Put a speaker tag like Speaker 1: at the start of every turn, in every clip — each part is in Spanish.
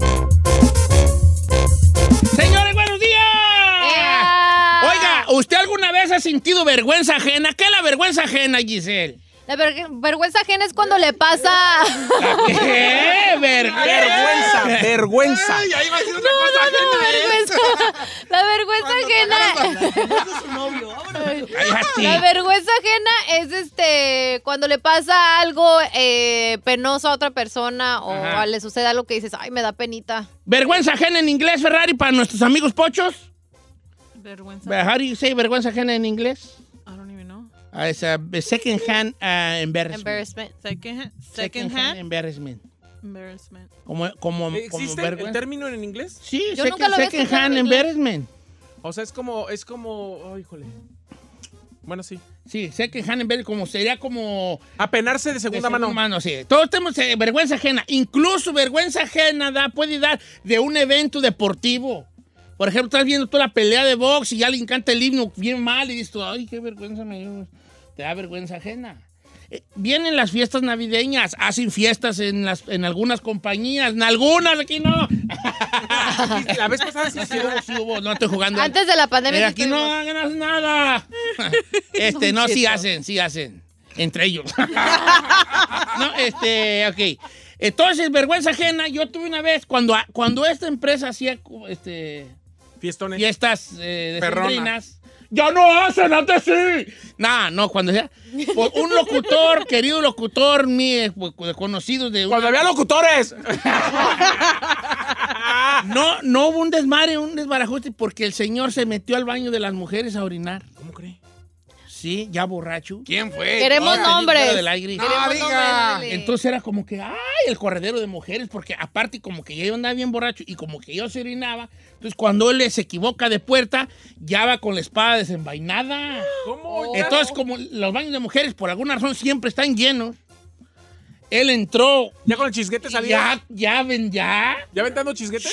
Speaker 1: Ah.
Speaker 2: sentido vergüenza ajena? ¿Qué es la vergüenza ajena, Giselle?
Speaker 1: La verg- vergüenza ajena es cuando le pasa.
Speaker 2: ¿Qué? Vergüenza.
Speaker 3: Vergüenza, vergüenza.
Speaker 4: Ay, ahí va a decir otra
Speaker 1: No,
Speaker 4: cosa.
Speaker 1: no, no,
Speaker 4: ajena,
Speaker 1: vergüenza. La
Speaker 4: ¿eh?
Speaker 1: vergüenza ajena. La
Speaker 2: Cállate.
Speaker 1: vergüenza ajena es este cuando le pasa algo eh, penoso a otra persona o
Speaker 2: Ajá.
Speaker 1: le sucede algo que dices, ay, me da penita.
Speaker 2: ¿Vergüenza ajena en inglés, Ferrari, para nuestros amigos pochos?
Speaker 5: Vergüenza.
Speaker 2: How do you say vergüenza ajena en inglés?
Speaker 5: I don't even know.
Speaker 2: Ah, es ah, second hand ah, embarrassment.
Speaker 1: Embarrassment.
Speaker 5: Second,
Speaker 2: Second hand embarrassment.
Speaker 5: Embarrassment.
Speaker 2: Como, como, como
Speaker 3: ¿Existe el
Speaker 2: vergüenza.
Speaker 3: término en inglés?
Speaker 2: Sí,
Speaker 1: Yo
Speaker 2: second,
Speaker 1: nunca lo había
Speaker 2: second
Speaker 1: escuchado en
Speaker 2: hand
Speaker 1: inglés.
Speaker 2: embarrassment.
Speaker 3: O sea, es como, es como, oh, híjole. Bueno, sí.
Speaker 2: Sí, second hand embarrassment como sería como
Speaker 3: Apenarse de segunda mano.
Speaker 2: mano, sí. Todos tenemos eh, vergüenza ajena. Incluso vergüenza ajena da, puede dar de un evento deportivo. Por ejemplo, estás viendo toda la pelea de box y alguien canta el himno bien mal y dices, tú, ay, qué vergüenza me dio". Te da vergüenza ajena. Eh, Vienen las fiestas navideñas, hacen fiestas en, las, en algunas compañías, en algunas, aquí no.
Speaker 3: La vez pasada sí
Speaker 2: Sí
Speaker 3: hicieron.
Speaker 2: hubo, sí hubo, no estoy jugando.
Speaker 1: Antes de la pandemia.
Speaker 2: Mira,
Speaker 1: sí
Speaker 2: aquí no
Speaker 1: tuvimos.
Speaker 2: ganas nada. Este, no, sí
Speaker 1: Cheto.
Speaker 2: hacen, sí hacen. Entre ellos. no, este, ok. Entonces, vergüenza ajena, yo tuve una vez, cuando, cuando esta empresa hacía este,
Speaker 3: Fiestones.
Speaker 2: fiestas eh, de
Speaker 4: Perrona.
Speaker 2: sembrinas, ¡Ya no hacen, antes sí! No, no, cuando sea. por Un locutor, querido locutor, mi, eh, conocido de... una-
Speaker 3: Cuando había locutores.
Speaker 2: no, no hubo un desmare, un desbarajuste, porque el señor se metió al baño de las mujeres a orinar.
Speaker 3: ¿Cómo cree?
Speaker 2: Sí, ya borracho.
Speaker 4: ¿Quién fue?
Speaker 1: Queremos
Speaker 2: Ahora,
Speaker 1: nombres.
Speaker 2: película del aire. Ah,
Speaker 4: No,
Speaker 1: Queremos
Speaker 4: diga.
Speaker 1: nombres, dale.
Speaker 2: Entonces era como que, ay, el corredero de mujeres, porque aparte como que yo andaba bien borracho y como que yo se orinaba, entonces cuando él se equivoca de puerta, ya va con la espada desenvainada.
Speaker 3: ¿Cómo? Ya-
Speaker 2: Oh. Entonces como los baños de mujeres por alguna razón siempre están llenos, él entró,
Speaker 3: Ya con el chisguete
Speaker 2: y
Speaker 3: salía.
Speaker 2: ya, ya ven, ya.
Speaker 3: ¿Ya aventando chisguete?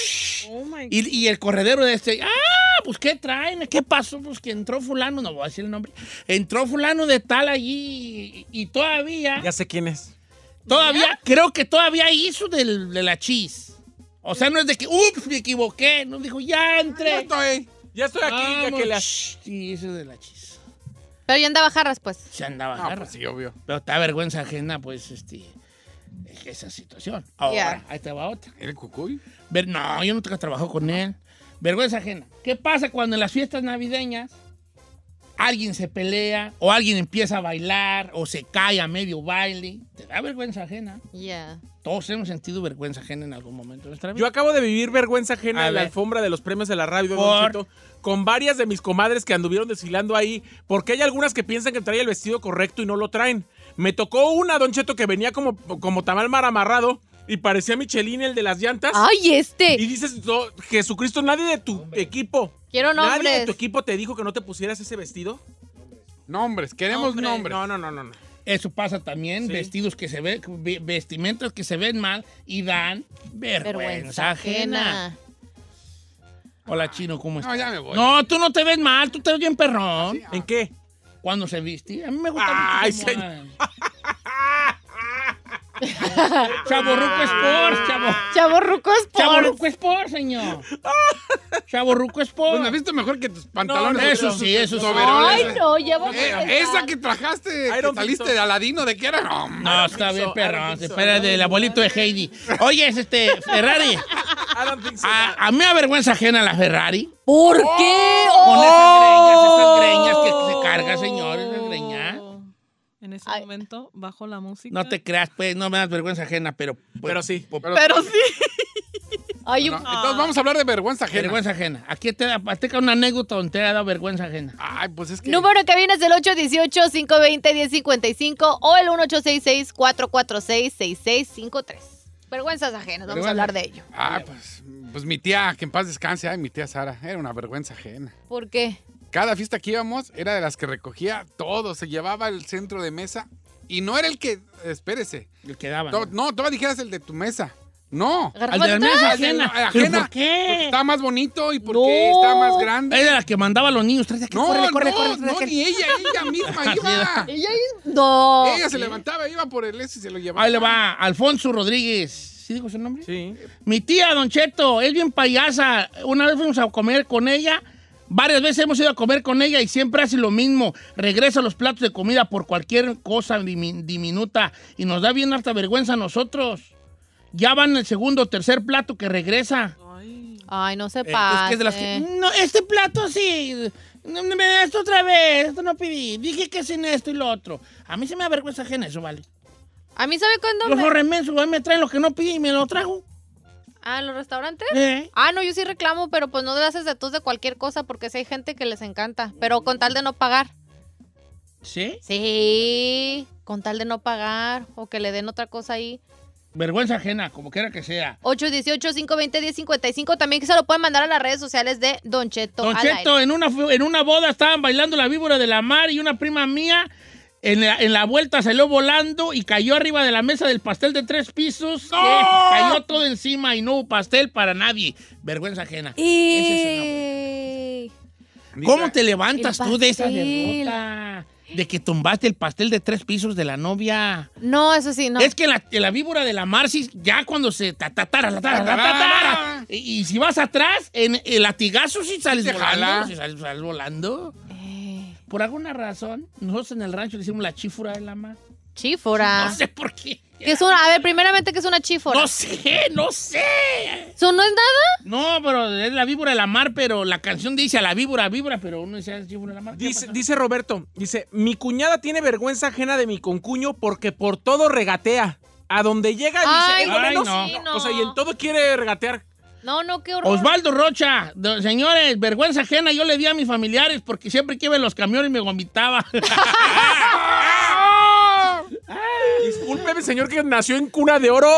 Speaker 5: Oh my
Speaker 2: Y, y el corredero de este, ah, pues qué traen, qué pasó, pues que entró fulano, no voy a decir el nombre, entró fulano de tal allí y, y todavía...
Speaker 3: Ya sé quién es.
Speaker 2: Todavía, creo que todavía hizo del- de la chis. O sea, no es de que, ups, me equivoqué. No dijo, ya entré.
Speaker 4: Estoy.
Speaker 3: Ya estoy aquí, ya
Speaker 2: Vamos,
Speaker 3: que le
Speaker 2: shh, Sí, hizo de la chis.
Speaker 1: Pero yo andaba jarras, pues.
Speaker 2: Se andaba
Speaker 4: Ah,
Speaker 2: jarra.
Speaker 4: pues sí, obvio.
Speaker 2: Pero está vergüenza ajena, pues, este, esa situación. Ahora,
Speaker 1: Ya.
Speaker 2: ahí te va otra.
Speaker 4: ¿El cucuy?
Speaker 2: Ver, no, yo nunca trabajo con él. Vergüenza ajena. ¿Qué pasa cuando en las fiestas navideñas alguien se pelea o alguien empieza a bailar o se cae a medio baile? Te da vergüenza ajena.
Speaker 1: Ya.
Speaker 2: Todos hemos sentido vergüenza ajena en algún momento de nuestra vida.
Speaker 3: Yo acabo de vivir vergüenza
Speaker 2: A
Speaker 3: ajena en la
Speaker 2: ver.
Speaker 3: alfombra de los premios de la radio,
Speaker 2: Por-
Speaker 3: Don Cheto, con varias de mis comadres que anduvieron desfilando ahí, porque hay algunas que piensan que trae el vestido correcto y no lo traen. Me tocó una, Don Cheto, que venía como, como tamal mar amarrado y parecía Michelin el de las llantas.
Speaker 1: Ay,
Speaker 3: Y
Speaker 1: este.
Speaker 3: dices, "No, Jesucristo, nadie de tu equipo.
Speaker 1: Quiero
Speaker 3: ¿Nadie de tu
Speaker 1: nombres.
Speaker 3: equipo te dijo que no te pusieras ese vestido?
Speaker 4: Nombres, queremos
Speaker 3: Hombre,
Speaker 4: nombres.
Speaker 3: No, no, no, no. no.
Speaker 2: Eso pasa también,
Speaker 3: Sí.
Speaker 2: vestidos que se ven, ve- vestimentas que se ven mal y dan vergüenza, ajena. Hola, Chino, ¿cómo
Speaker 4: No,
Speaker 2: estás?
Speaker 4: ya me voy.
Speaker 2: No, tú no te ves mal, tú te ves bien perrón.
Speaker 3: ¿En qué?
Speaker 2: Cuando se viste, a mí me gusta
Speaker 3: Ay,
Speaker 2: mucho. cómo- Chaborruco Sport, chavo.
Speaker 1: Chavo Rucos por.
Speaker 2: Chaborruco Sport, señor. Chaborruco
Speaker 4: Pues me
Speaker 2: Sport.
Speaker 4: visto mejor que tus pantalones.
Speaker 2: No, no, eso
Speaker 4: tus-
Speaker 2: sí, eso
Speaker 4: tus
Speaker 2: sí.
Speaker 4: overoles.
Speaker 1: Ay, no, ya vamos a
Speaker 4: Eh,
Speaker 1: empezar.
Speaker 4: esa que trajaste,
Speaker 3: I
Speaker 4: que
Speaker 3: don't think
Speaker 4: saliste
Speaker 3: so.
Speaker 4: de Aladino, ¿de qué era? No,
Speaker 2: No,
Speaker 4: no.
Speaker 2: está bien,
Speaker 3: so, I
Speaker 2: perrón.
Speaker 3: don't think so.
Speaker 2: Espera,
Speaker 3: No,
Speaker 2: del
Speaker 3: no,
Speaker 2: abuelito de Heidi. Oye, es este, Ferrari.
Speaker 3: I don't think so.
Speaker 2: A, a mí me da vergüenza ajena la Ferrari.
Speaker 1: ¿Por
Speaker 2: Oh.
Speaker 1: qué?
Speaker 2: Con esas greñas, esas
Speaker 1: Oh.
Speaker 2: greñas que se carga, señor, esas greñas.
Speaker 5: En ese
Speaker 1: Ay.
Speaker 5: momento, bajo la música.
Speaker 2: No te creas, pues, no me das vergüenza ajena, pero... pues,
Speaker 3: Pero sí.
Speaker 2: po-
Speaker 5: Pero sí.
Speaker 1: Ay,
Speaker 4: No,
Speaker 1: un-
Speaker 4: Entonces vamos a hablar de vergüenza ajena.
Speaker 2: Vergüenza ajena. Aquí te da, te cae una anécdota donde te ha dado vergüenza ajena.
Speaker 4: Ay, pues es que.
Speaker 1: Número en cabina es el 818-520-1055 o el 1866-446-6653. Vergüenzas ajenas, vamos
Speaker 2: Vergüenza.
Speaker 1: a hablar de ello.
Speaker 4: Ah, pues, pues mi tía, que en paz descanse. Ay, mi tía Sara, era una vergüenza ajena.
Speaker 1: ¿Por qué?
Speaker 4: Cada fiesta que íbamos era de las que recogía todo, se llevaba el centro de mesa y no era el que, espérese,
Speaker 2: El que daban.
Speaker 4: to- no, todavía didijeras el de tu mesa. No,
Speaker 2: Al de la mesa
Speaker 4: Al de la-
Speaker 2: ajena.
Speaker 4: ajena.
Speaker 2: ¿Pero por
Speaker 4: porque
Speaker 2: qué?
Speaker 4: estaba más bonito y porque
Speaker 1: No.
Speaker 4: estaba más
Speaker 2: Es
Speaker 4: grande.
Speaker 2: de la que mandaba a los niños. Tráete aquí,
Speaker 4: No,
Speaker 2: Eh, corre, corre,
Speaker 4: no,
Speaker 2: corre.
Speaker 4: no, ni ella, ella misma iba.
Speaker 1: Ella es- No.
Speaker 4: Ella se levantaba, iba por el S y se lo llevaba.
Speaker 2: Ahí le va, Alfonso Rodríguez. ¿Sí digo su nombre?
Speaker 3: Sí.
Speaker 2: Mi tía, Don Cheto, es bien payasa. Una vez fuimos a comer con ella. Varias veces hemos ido a comer con ella y siempre hace lo mismo. Regresa los platos de comida por cualquier cosa dimi- diminuta y nos da bien harta vergüenza a nosotros. Ya van el segundo o tercer plato que regresa.
Speaker 1: Ay, no se
Speaker 2: Eh, es
Speaker 1: pase.
Speaker 2: que es de las que- No, este plato sí. No, no, me- Esto otra vez, esto no pedí. Dije que sin esto y lo otro. A mí se me da vergüenza ajena eso, vale.
Speaker 1: A mí sabe cuándo
Speaker 2: Los
Speaker 1: me-
Speaker 2: remensos, güey, me traen lo que no pedí y me lo trajo.
Speaker 1: Ah, ¿en los restaurantes?
Speaker 2: Eh.
Speaker 1: Ah, no, yo sí reclamo, pero pues no haces de tos de cualquier cosa porque sí hay gente que les encanta, pero con tal de no pagar.
Speaker 2: ¿Sí?
Speaker 1: Sí, con tal de no pagar o que le den otra cosa ahí.
Speaker 2: Vergüenza ajena, como quiera que sea.
Speaker 1: 818-520-1055. También que se lo pueden mandar a las redes sociales de Don Cheto.
Speaker 2: Don
Speaker 1: al aire.
Speaker 2: Cheto, en una, fu- en una boda estaban bailando la víbora de la mar y una prima mía en la, en la vuelta salió volando y cayó arriba de la mesa del pastel de tres pisos. Eh, Cayó todo encima y no hubo pastel para nadie. Vergüenza ajena. Esa es una-
Speaker 1: Ey.
Speaker 2: ¿Cómo te levantas
Speaker 1: El
Speaker 2: tú de esa
Speaker 1: pastel.
Speaker 2: derrota? De que tumbaste el pastel de tres pisos de la novia.
Speaker 1: No, eso sí, no.
Speaker 2: Es que la, la víbora de la Marcis, ya cuando se ta- ta- tara, ta- tara, ta- ta- tara, y, y si vas atrás, en el latigazo si sales
Speaker 4: Te
Speaker 2: volando.
Speaker 4: jala.
Speaker 2: sí sales, sales volando.
Speaker 1: Eh,
Speaker 2: Por alguna razón, nosotros en el rancho le hicimos la chifura de la mar.
Speaker 1: Chífora.
Speaker 2: No sé por qué.
Speaker 1: ¿Qué Ah. es una, a ver, primeramente, ¿qué es una chífora?
Speaker 2: No sé, no sé.
Speaker 1: ¿Eso no es nada?
Speaker 2: No, pero es la víbora de la mar, pero la canción dice a la víbora, víbora, pero uno dice "Ah, es víbora de la mar. ¿Qué
Speaker 3: Dice,
Speaker 2: pasó?
Speaker 3: dice Roberto, dice, mi cuñada tiene vergüenza ajena de mi concuño porque por todo regatea. A donde llega dice,
Speaker 1: Ay,
Speaker 3: "Es lo
Speaker 2: ay,
Speaker 3: menos".
Speaker 2: no.
Speaker 1: Sí, no.
Speaker 3: O sea, y en todo quiere regatear.
Speaker 1: No, no, qué horror.
Speaker 2: Osvaldo Rocha, do- señores, vergüenza ajena, yo le di a mis familiares porque siempre que iba en los camiones me vomitaba.
Speaker 3: Discúlpeme, señor, que nació en cuna de oro.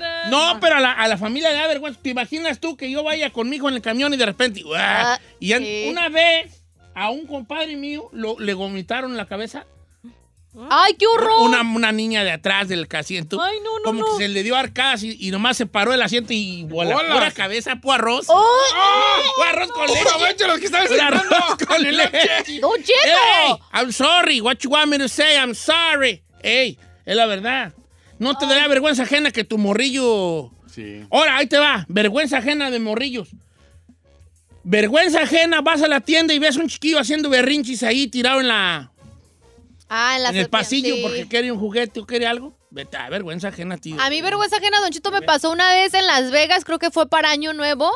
Speaker 5: Ah.
Speaker 2: no, pero a la, a la familia le da vergüenza. ¿Te imaginas tú que yo vaya conmigo en el camión y de repente... ¡guau!
Speaker 1: Ah,
Speaker 2: y an-
Speaker 1: sí.
Speaker 2: una vez a un compadre mío lo- le vomitaron en la cabeza
Speaker 1: Ay, qué horror.
Speaker 2: una, una niña de atrás del asiento.
Speaker 5: Ay, no, no,
Speaker 2: como
Speaker 5: no.
Speaker 2: que se le dio arcadas y, y nomás se paró el asiento y voló
Speaker 4: ¡Bolas!
Speaker 2: la cabeza, pu arroz.
Speaker 5: Oh.
Speaker 1: ¡Ay,
Speaker 2: ¡Fue arroz con leche!
Speaker 4: Aprovecha los que están
Speaker 2: ¡Fue
Speaker 4: sentando.
Speaker 2: arroz con leche!
Speaker 1: Don Cheto!
Speaker 2: Hey, I'm sorry. What you want me to say? I'm sorry. Hey, es la verdad. No te dará vergüenza ajena que tu morrillo.
Speaker 4: Sí.
Speaker 2: Ahora, ahí te va. Vergüenza ajena de morrillos. Vergüenza ajena, vas a la tienda y ves un chiquillo haciendo berrinches ahí tirado en la
Speaker 1: Ah, en, la
Speaker 2: en el
Speaker 1: serpiente,
Speaker 2: pasillo
Speaker 1: sí.
Speaker 2: porque quiere un juguete o quiere algo. Vete, a vergüenza ajena, tío.
Speaker 1: A mí vergüenza ajena, Don Chito, me pasó una vez en Las Vegas, creo que fue para Año Nuevo.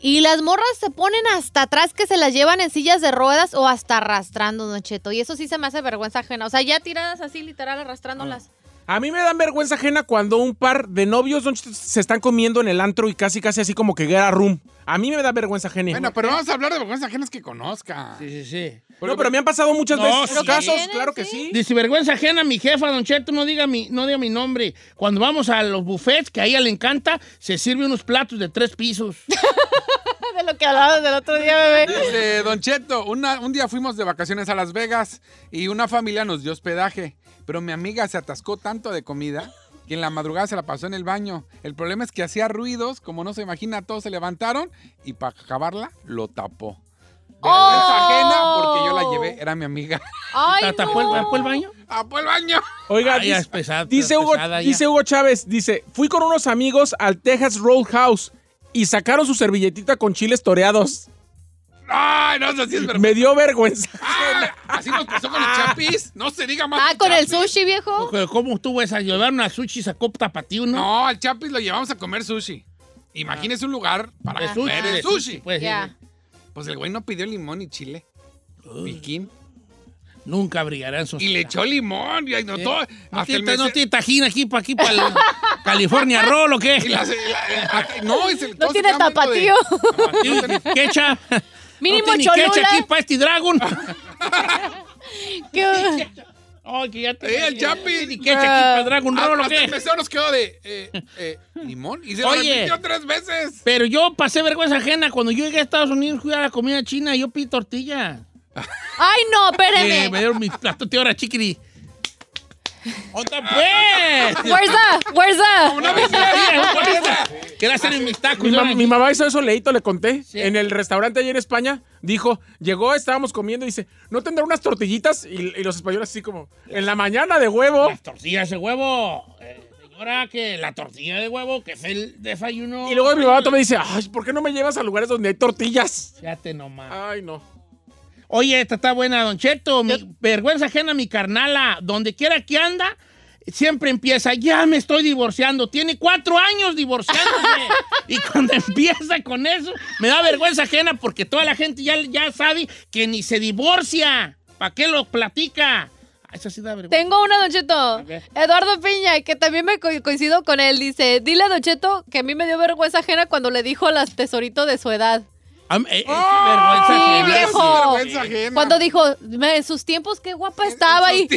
Speaker 1: Y las morras se ponen hasta atrás que se las llevan en sillas de ruedas o hasta arrastrando, Don Cheto. Y eso sí se me hace vergüenza ajena. O sea, ya tiradas así, literal, arrastrándolas.
Speaker 3: A mí me dan vergüenza ajena cuando un par de novios don Cheto, se están comiendo en el antro y casi casi así como que guerra room. A mí me da vergüenza ajena.
Speaker 4: Bueno, pero vamos a hablar de vergüenza ajenas que conozca.
Speaker 2: Sí, sí, sí.
Speaker 3: no, pero me han pasado muchas
Speaker 2: No,
Speaker 3: veces
Speaker 2: sí.
Speaker 3: casos,
Speaker 1: Pero
Speaker 3: claro que
Speaker 1: sí.
Speaker 3: sí.
Speaker 2: Dice, vergüenza ajena, mi jefa, don Cheto, no diga mi, no diga mi nombre. Cuando vamos a los buffets, que a ella le encanta, se sirve unos platos de tres pisos.
Speaker 1: De lo que hablábamos del otro día, bebé.
Speaker 4: Dice, Este, Don Cheto, una- un día fuimos de vacaciones a Las Vegas y una familia nos dio hospedaje, pero mi amiga se atascó tanto de comida que en la madrugada se la pasó en el baño. El problema es que hacía ruidos, como no se imagina, todos se levantaron y para acabarla lo tapó. Vergüenza
Speaker 1: ¡Oh!
Speaker 4: ajena porque yo la llevé, era mi amiga.
Speaker 1: Ay,
Speaker 2: ¿Tapó el-
Speaker 1: no.
Speaker 2: tapó el baño?
Speaker 4: ¡Tapó el baño!
Speaker 3: Oiga,
Speaker 2: Ah, ya
Speaker 3: dice,
Speaker 2: es pesada,
Speaker 3: dice
Speaker 2: pesada
Speaker 3: Hugo,
Speaker 2: ya.
Speaker 3: dice Hugo Chávez, dice, fui con unos amigos al Texas Roadhouse y sacaron su servilletita con chiles toreados.
Speaker 4: ¡Ay, no, eso sí es vergüenza!
Speaker 3: Me dio vergüenza.
Speaker 4: Ah, Así nos pasó con el chapis. No se diga más.
Speaker 1: Ah,
Speaker 4: del
Speaker 1: con el
Speaker 4: Chapis.
Speaker 1: sushi, viejo.
Speaker 2: Porque ¿Cómo estuvo esa? Llevaron a sushi y sacó tapatío, ¿no?
Speaker 4: No, al chapis lo llevamos a comer sushi. Imagínese un lugar para
Speaker 2: De
Speaker 4: comer el
Speaker 2: de
Speaker 4: sushi.
Speaker 2: pues,
Speaker 1: Ya.
Speaker 2: sí,
Speaker 4: Pues el güey no pidió limón y chile. Piquín.
Speaker 2: sí. Nunca brillarán sus.
Speaker 4: Y le echó limón. Y ahí no,
Speaker 2: ¿No
Speaker 4: todo, hasta el
Speaker 2: tiene, no
Speaker 4: mesero-
Speaker 2: tiene tajina aquí para aquí para el California Roll o qué?
Speaker 4: y las- y la- no, es el-
Speaker 1: No
Speaker 4: todo se
Speaker 1: tiene
Speaker 4: queda hablando de-
Speaker 1: tapatío.
Speaker 2: ¿Qué echa? No
Speaker 1: Mínimo
Speaker 2: tiene ni ¿Qué echa aquí
Speaker 1: cholula.
Speaker 2: para este Dragon?
Speaker 1: que-
Speaker 2: Ay, que ya te.
Speaker 4: Eh, el Chapi.
Speaker 2: ¿Y qué echa aquí para Dragon
Speaker 4: Ah,
Speaker 2: Roll o
Speaker 4: hasta el
Speaker 2: qué?
Speaker 4: mesero nos quedó de eh, eh, limón. Y se lo
Speaker 2: Oye.
Speaker 4: repitió tres veces.
Speaker 2: Pero yo pasé vergüenza ajena. Cuando yo llegué a Estados Unidos, fui a la comida china y yo pedí tortilla.
Speaker 1: Ay, no,
Speaker 2: Eh, me
Speaker 1: espérame.
Speaker 2: dieron mi plato de hora chiquiri. ¡Onda pues!
Speaker 1: Where's that? Where's that?
Speaker 2: Quiero hacer mis tacos.
Speaker 3: Mi,
Speaker 2: ahora
Speaker 3: mam-
Speaker 2: sí.
Speaker 3: mi mamá hizo eso, leíto, le conté.
Speaker 2: Sí.
Speaker 3: En el restaurante ayer en España, dijo, llegó, estábamos comiendo, dice, ¿no tendrá unas tortillitas? Y, y los españoles así como, en la mañana de huevo.
Speaker 2: Las tortillas de huevo. eh, Ahora que la tortilla de huevo, que es el desayuno.
Speaker 3: Y luego mi mamá me dice, ay, ¿por qué no me llevas a lugares donde hay tortillas?
Speaker 2: Fíjate nomás.
Speaker 3: Ay, no.
Speaker 2: Oye, esta está buena, Don Cheto. Mi vergüenza ajena, mi carnala. Donde quiera que anda, siempre empieza. Ya me estoy divorciando. Tiene cuatro años divorciándose. y cuando empieza con eso, me da vergüenza ajena porque toda la gente ya, ya sabe que ni se divorcia. ¿Para qué lo platica? Ah, Eso sí da vergüenza.
Speaker 1: Tengo una, Don Cheto.
Speaker 2: ver.
Speaker 1: Eduardo Piña, que también me co- coincido con él, dice, dile a Don Cheto que a mí me dio vergüenza ajena cuando le dijo las tesorito de su edad.
Speaker 2: Am- eh, eh, vergüenza
Speaker 1: Sí,
Speaker 2: ajena.
Speaker 1: viejo.
Speaker 4: Vergüenza ajena.
Speaker 1: Cuando dijo, "Me- en sus tiempos qué guapa estaba y...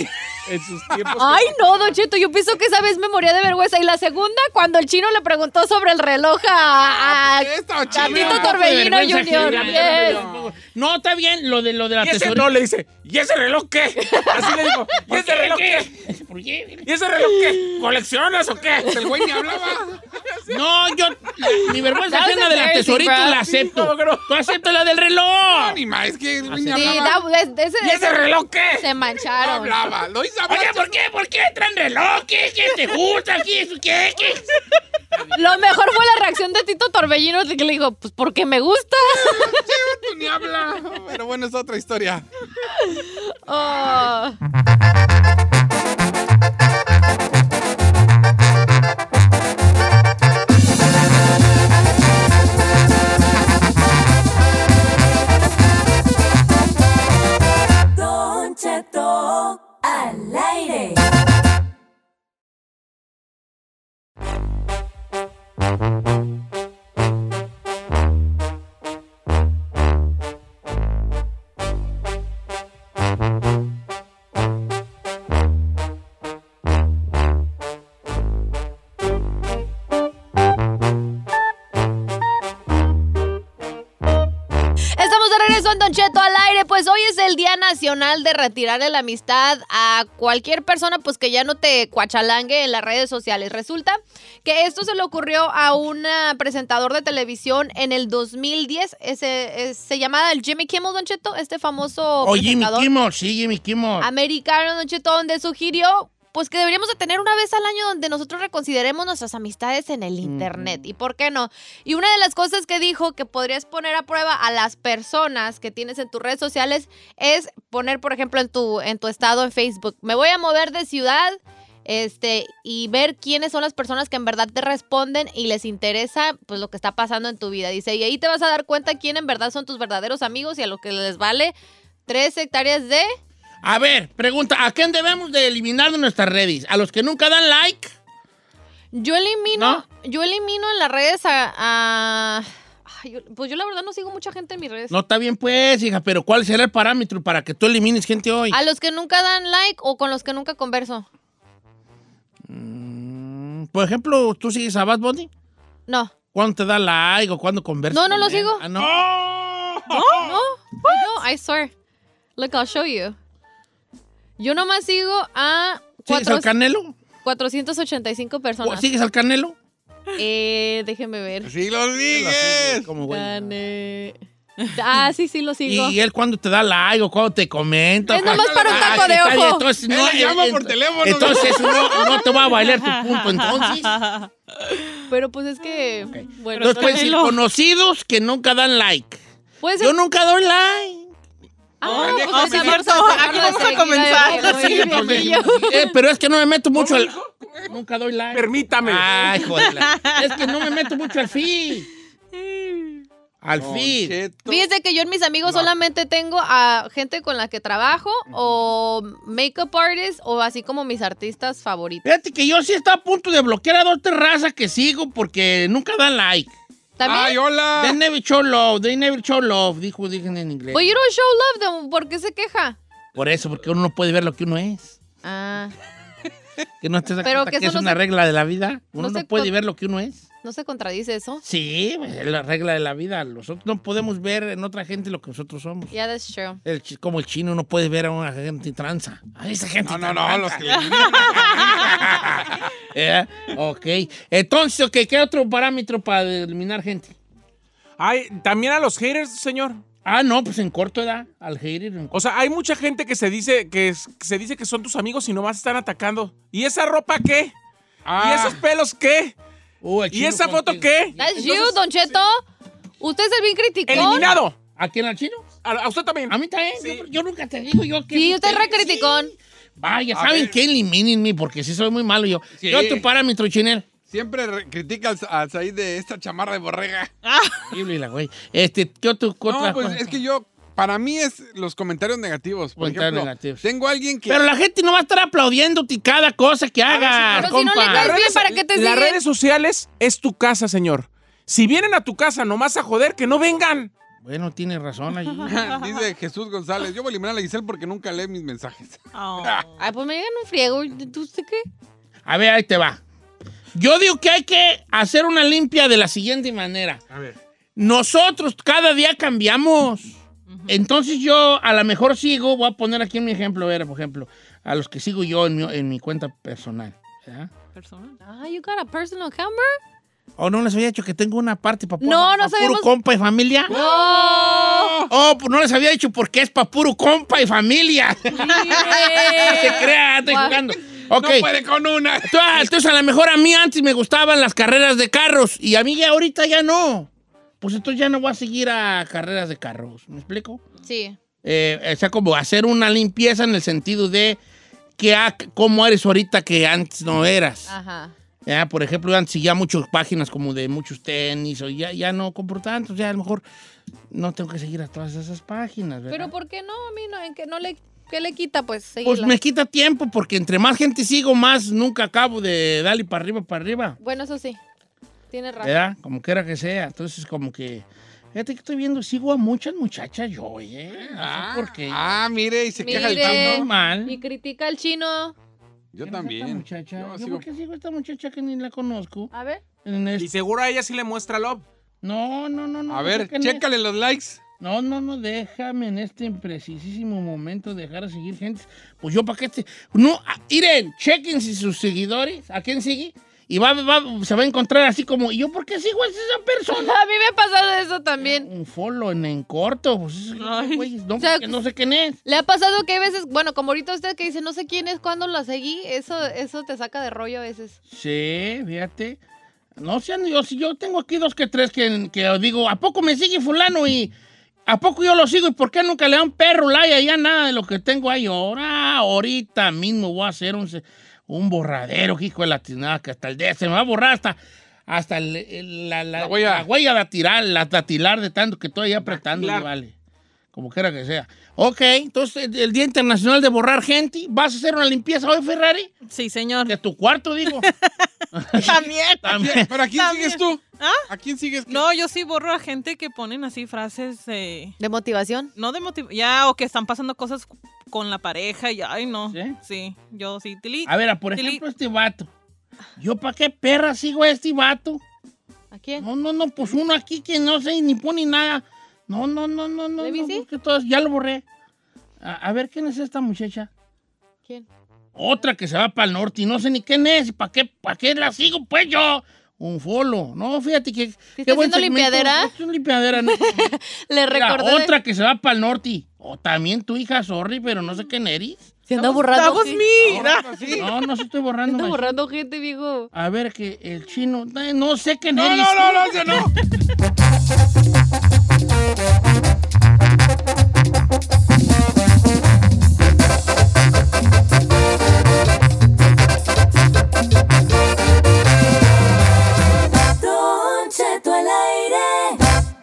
Speaker 3: En sus tiempos.
Speaker 1: Ay, no, Don Cheto, yo pienso que esa vez me moría de vergüenza. Y la segunda, cuando el chino le preguntó sobre el reloj ah, a...
Speaker 4: Ah,
Speaker 1: a-
Speaker 4: Esta
Speaker 1: Tantito
Speaker 2: Un
Speaker 4: china.
Speaker 2: poco de
Speaker 1: Torbellino
Speaker 2: vergüenza
Speaker 1: Junior,
Speaker 2: ajena,
Speaker 1: yes.
Speaker 2: ¿no? No, está bien lo de, lo de la
Speaker 3: ¿Y ese
Speaker 2: tesorita.
Speaker 3: no? Le dice, ¿y ese reloj qué? Así le digo, ¿y
Speaker 2: ¿Por
Speaker 3: ese reloj qué?
Speaker 2: qué? ¿Por qué?
Speaker 3: ¿Y ese reloj qué? ¿Coleccionas o qué?
Speaker 4: Pues El güey ni hablaba.
Speaker 2: No, yo. Mi vergüenza
Speaker 1: That was
Speaker 2: ajena de la
Speaker 1: embarrassing,
Speaker 2: tesorito la
Speaker 1: bro.
Speaker 3: ¿Cómo
Speaker 2: acepto.
Speaker 3: que no?
Speaker 2: Tú aceptas la del reloj.
Speaker 4: Ni más, es que el güey ni
Speaker 1: ah, Sí,
Speaker 4: hablaba.
Speaker 1: da- es- ese-
Speaker 3: ¿Y ese reloj qué?
Speaker 1: se
Speaker 4: No
Speaker 1: mancharon.
Speaker 4: hablaba. Lo hizo hablar.
Speaker 2: Oye, ¿por qué? ¿Por qué traen reloj? ¿Qué? ¿Qué te gusta? ¿Qué? ¿Qué? ¿Qué?
Speaker 1: Lo mejor fue la reacción de Tito Torbellino, que le dijo, pues porque me gusta.
Speaker 4: Tú ni habla. Pero bueno, es otra historia.
Speaker 1: Oh.
Speaker 6: Don Cheto al aire.
Speaker 1: Estamos de regreso en Don Cheto al aire. Pues hoy es el Día Nacional de Retirarle la Amistad a cualquier persona pues que ya no te cuachalangue en las redes sociales. Resulta que esto se le ocurrió a un ah, presentador de televisión en el 2010. Ese, es- se llamaba el Jimmy Kimmel, Don Cheto, este famoso
Speaker 2: Oye, Oh, Jimmy
Speaker 1: presentador
Speaker 2: Kimmel, sí, Jimmy Kimmel.
Speaker 1: americano, Don Cheto, donde sugirió pues que deberíamos de tener una vez al año donde nosotros reconsideremos nuestras amistades en el internet. ¿Y por qué no? Y una de las cosas que dijo que podrías poner a prueba a las personas que tienes en tus redes sociales es poner, por ejemplo, en tu, en tu estado en Facebook, me voy a mover de ciudad este, y ver quiénes son las personas que en verdad te responden y les interesa pues lo que está pasando en tu vida. Dice, y ahí te vas a dar cuenta quién en verdad son tus verdaderos amigos y a lo que les vale tres hectáreas de...
Speaker 2: A ver, pregunta, ¿a quién debemos de eliminar de nuestras redes? ¿A los que nunca dan like?
Speaker 1: Yo elimino, yo elimino en las redes a, a- Ay, yo- pues yo la verdad no sigo mucha gente en mis redes.
Speaker 2: No está bien pues, hija, pero ¿cuál será el parámetro para que tú elimines gente hoy?
Speaker 1: A los que nunca dan like o con los que nunca converso.
Speaker 2: Mm, Por ejemplo, ¿tú sigues a Bad Bunny?
Speaker 1: No.
Speaker 2: ¿Cuándo te da like o cuándo conversas?
Speaker 1: No, no
Speaker 2: con
Speaker 1: lo
Speaker 2: él?
Speaker 1: sigo.
Speaker 2: Ah, no.
Speaker 1: No,
Speaker 4: Oh,
Speaker 1: no. No, I swear. Look, I'll show you. Yo nomás sigo a
Speaker 2: ¿Sigues
Speaker 1: cuatro-
Speaker 2: al Canelo?
Speaker 1: 485 personas.
Speaker 2: ¿Sigues al Canelo?
Speaker 1: Eh, déjenme ver.
Speaker 4: Sí, lo sigues.
Speaker 2: Como güey.
Speaker 1: Cane- Ah, sí, sí, lo sigo.
Speaker 2: Y él cuando te da like o cuando te comenta.
Speaker 1: Es nomás
Speaker 2: Ah,
Speaker 1: para un taco de
Speaker 2: está bien,
Speaker 1: ojo.
Speaker 2: Entonces,
Speaker 4: Él
Speaker 2: no,
Speaker 4: le llama
Speaker 2: eh,
Speaker 4: por
Speaker 2: eh,
Speaker 4: teléfono, ¿no?
Speaker 2: Entonces no, no te va a bailar tu punto. Entonces,
Speaker 1: Pero pues es que. Bueno,
Speaker 2: entonces puedes decir conocidos que nunca dan like.
Speaker 1: puede ser-
Speaker 2: Yo nunca doy like.
Speaker 1: Ah,
Speaker 4: Oye,
Speaker 1: pues
Speaker 5: sí,
Speaker 1: es cierto.
Speaker 5: cierto.
Speaker 1: Aquí vamos a comenzar.
Speaker 5: Sí,
Speaker 2: Entonces, eh, pero es que no me meto mucho al. Nunca doy like.
Speaker 3: Permítame.
Speaker 2: Ay, joder. Es que no me meto mucho al feed. Al feed.
Speaker 1: Fíjense que yo en mis amigos solamente tengo a gente con la que trabajo o makeup artists o así como mis artistas favoritos.
Speaker 2: Fíjate que yo sí está a punto de bloquear a dos terrazas que sigo porque nunca dan like.
Speaker 1: También.
Speaker 4: Ay, hola.
Speaker 2: They never show love, they never show love, dijo, dicen en inglés.
Speaker 1: But you don't show love, then ¿por qué se queja?
Speaker 2: Por eso, porque uno no puede ver lo que uno es.
Speaker 1: Ah,
Speaker 2: Que no te das
Speaker 1: Pero
Speaker 2: cuenta
Speaker 1: que
Speaker 2: que, es
Speaker 1: eso no
Speaker 2: una
Speaker 1: se-
Speaker 2: regla de la vida. Uno
Speaker 1: no
Speaker 2: no,
Speaker 1: se
Speaker 2: puede
Speaker 1: con-
Speaker 2: ver lo que uno es.
Speaker 1: ¿no se contradice eso?
Speaker 2: Sí, pues, es la regla de la vida. Nosotros no podemos ver en otra gente lo que nosotros somos.
Speaker 1: Yeah, that's true.
Speaker 2: El chi- como el chino no puede ver a una gente tranza. A esa gente
Speaker 4: No, no,
Speaker 2: tan
Speaker 4: no,
Speaker 2: tranza.
Speaker 4: los que le eliminan.
Speaker 2: Eh, Ok. Entonces, ok, ¿qué otro parámetro para eliminar gente?
Speaker 3: Ay, también a los haters, señor.
Speaker 2: Ah, no, pues en corto edad, al hater. en-
Speaker 3: O sea, hay mucha gente que se dice que, es- que se dice que son tus amigos y nomás están atacando. ¿Y esa ropa qué?
Speaker 4: Ah.
Speaker 3: ¿Y esos pelos qué?
Speaker 2: Uh, el
Speaker 3: ¿Y
Speaker 2: chino
Speaker 3: esa foto
Speaker 2: contigo.
Speaker 3: qué?
Speaker 1: That's you,
Speaker 3: Entonces,
Speaker 1: Don Cheto. Usted es el bien criticón.
Speaker 3: ¡Eliminado!
Speaker 2: ¿A quién al chino?
Speaker 3: A, a usted también.
Speaker 2: A mí también.
Speaker 3: Sí.
Speaker 2: Yo, yo nunca te digo yo que.
Speaker 1: Sí, usted es re
Speaker 2: Sí.
Speaker 1: criticón.
Speaker 2: Vaya,
Speaker 4: A
Speaker 2: ¿saben
Speaker 4: ver.
Speaker 2: qué? Elimínenme porque sí soy muy malo yo.
Speaker 4: Sí.
Speaker 2: Yo te para mi trochinel.
Speaker 4: Siempre re- critica al, al Said de esta chamarra de borrega.
Speaker 2: Horrible la güey. Este, ¿qué otro
Speaker 4: No, pues es que yo, para mí es los comentarios negativos. Por
Speaker 2: Comentarios
Speaker 4: ejemplo,
Speaker 2: negativos.
Speaker 4: tengo alguien que...
Speaker 2: Pero la gente no va a estar aplaudiéndote cada cosa que hagas,
Speaker 1: pero si no
Speaker 2: compa.
Speaker 1: le caes- bien, ¿para qué te
Speaker 3: Las
Speaker 1: siguen?
Speaker 3: redes sociales es tu casa, señor. Si vienen a tu casa nomás a joder, que no vengan.
Speaker 2: Bueno, tienes razón allí.
Speaker 4: Dice Jesús González, yo voy a eliminar a la Giselle porque nunca lee mis mensajes.
Speaker 5: Oh.
Speaker 1: Ay, pues me llegan un friego. ¿Tú usted qué?
Speaker 2: A ver, ahí te va. Yo digo que hay que hacer una limpia de la siguiente manera.
Speaker 3: A ver.
Speaker 2: Nosotros cada día cambiamos. Entonces yo a lo mejor sigo, voy a poner aquí mi ejemplo, era por ejemplo, a los que sigo yo en mi, en mi cuenta personal. ¿verdad?
Speaker 5: Personal.
Speaker 1: Ah, you got a personal camera?
Speaker 2: ¿O no les había dicho que tengo una parte para
Speaker 1: No, no sabemos.
Speaker 2: puro compa y familia?
Speaker 1: ¡No!
Speaker 2: Oh, pues no les había dicho porque es para puro compa y familia. No se crea, estoy
Speaker 1: Guau.
Speaker 2: jugando. Ok.
Speaker 4: No puede con una.
Speaker 2: Tú- Entonces, a lo mejor a mí antes me gustaban las carreras de carros y a mí ya ahorita ya no. Pues entonces ya no voy a seguir a carreras de carros. ¿Me explico?
Speaker 1: Sí.
Speaker 2: Eh, o sea, como hacer una limpieza en el sentido de que ah, cómo eres ahorita que antes no eras.
Speaker 4: Ah.
Speaker 1: Ajá.
Speaker 2: Ya, por ejemplo, yo antes seguía muchas páginas como de muchos tenis o ya, ya no compro tanto. O sea, a lo mejor no tengo que seguir a todas esas páginas. ¿verdad?
Speaker 1: Pero ¿por qué no? A mí no, ¿en qué, no le, ¿qué le quita, pues,
Speaker 2: Pues
Speaker 1: seguirla?
Speaker 2: me quita tiempo porque entre más gente sigo, más nunca acabo de darle para arriba, para arriba.
Speaker 1: Bueno, eso sí. Tiene razón.
Speaker 2: ¿Verdad? Como quiera que sea. Entonces, como que. Fíjate que estoy viendo, sigo a muchas muchachas yo, ¿eh? No sé
Speaker 4: Ah,
Speaker 2: por qué.
Speaker 4: ah, eh, mire, y se queja del
Speaker 1: Mire.
Speaker 4: tanto.
Speaker 2: Ando mal.
Speaker 1: Y critica al chino.
Speaker 2: ¿Quién es
Speaker 4: Yo
Speaker 2: esta
Speaker 4: también.
Speaker 2: muchacha?
Speaker 4: Yo
Speaker 2: Yo,
Speaker 4: sigo-
Speaker 2: porque sigo a esta muchacha que ni la conozco.
Speaker 4: Ah.
Speaker 1: A ver.
Speaker 2: En
Speaker 3: Y
Speaker 2: este-
Speaker 3: seguro a ella sí le muestra love.
Speaker 2: No, no, no, no.
Speaker 4: A
Speaker 2: no
Speaker 4: ver,
Speaker 2: sé quién es.
Speaker 4: chécale los likes.
Speaker 2: No, no, no, déjame en este imprecisísimo momento dejar a seguir gente. Pues yo para qué te... No, a- miren, chequen si sus seguidores, a quién sigue, y va, va- se va a encontrar así como, ¿y yo por qué sigo a esa persona?
Speaker 1: A mí me ha pasado eso también.
Speaker 2: Un follow en, en corto, pues es- güey, no,
Speaker 1: O sea,
Speaker 2: porque no sé quién es.
Speaker 1: Le ha pasado que hay veces, bueno, como ahorita usted que dice, no sé quién es, cuándo la seguí, eso, eso te saca de rollo a veces.
Speaker 2: Sí, fíjate. No sé, yo, si yo tengo aquí dos que tres que, que digo, ¿a poco me sigue fulano y a poco yo lo sigo y por qué nunca le da un perro like allá nada de lo que tengo ahí? Ahora, ahorita mismo voy a hacer un, se- un borradero, hijo de la tinada, que hasta el día se me va a borrar hasta, hasta el- el- la, la-
Speaker 4: La huella.
Speaker 2: la huella dactilar, la dactilar de tanto que estoy ahí apretando,
Speaker 3: Dactilar.
Speaker 2: vale. Como quiera que sea. Ok, entonces el- el Día Internacional de Borrar Gente, ¿vas a hacer una limpieza hoy, Ferrari?
Speaker 5: Sí, señor.
Speaker 2: De tu cuarto, digo.
Speaker 5: También.
Speaker 2: También.
Speaker 4: ¿Pero a quién
Speaker 5: También.
Speaker 4: sigues tú?
Speaker 5: ¿Ah?
Speaker 4: ¿A quién sigues?
Speaker 5: No, yo sí borro a gente que ponen así frases de...
Speaker 1: ¿De motivación?
Speaker 5: No de motivación, ya, o que están pasando cosas con la pareja, y ay, no.
Speaker 2: ¿Sí?
Speaker 5: Sí, yo sí, Tili.
Speaker 2: A ver, por
Speaker 5: Dili-
Speaker 2: ejemplo, este vato. ¿Yo para qué perra sigo a este vato?
Speaker 1: ¿A quién?
Speaker 2: No, no, no, pues uno aquí que no sé ni pone nada. No, no, no, no, no.
Speaker 1: ¿Le
Speaker 2: no,
Speaker 1: viste?
Speaker 2: busque todas, ya lo borré. A, a ver, ¿quién es esta muchacha?
Speaker 1: ¿Quién?
Speaker 2: Otra que se va para el norte y no sé ni quién es. ¿Para qué, pa' qué la sigo? Pues yo. Un folo. No, fíjate que.
Speaker 1: está haciendo limpiadera?
Speaker 2: Es una limpiadera, ¿no?
Speaker 1: Le
Speaker 2: Mira,
Speaker 1: recordé. de-
Speaker 2: otra que se va para el norte. O también tu hija, sorry, pero no sé quién eres.
Speaker 1: Se anda borrando.
Speaker 5: That was
Speaker 1: gente.
Speaker 5: me.
Speaker 4: Ahora sí.
Speaker 2: No, no se estoy
Speaker 1: Se
Speaker 2: borrando.
Speaker 1: anda
Speaker 2: maestro.
Speaker 1: borrando gente, viejo.
Speaker 2: A ver, que el chino. eh, No sé quién
Speaker 4: No,
Speaker 2: eres.
Speaker 4: no, no, no, yo no.
Speaker 6: Don Cheto al aire.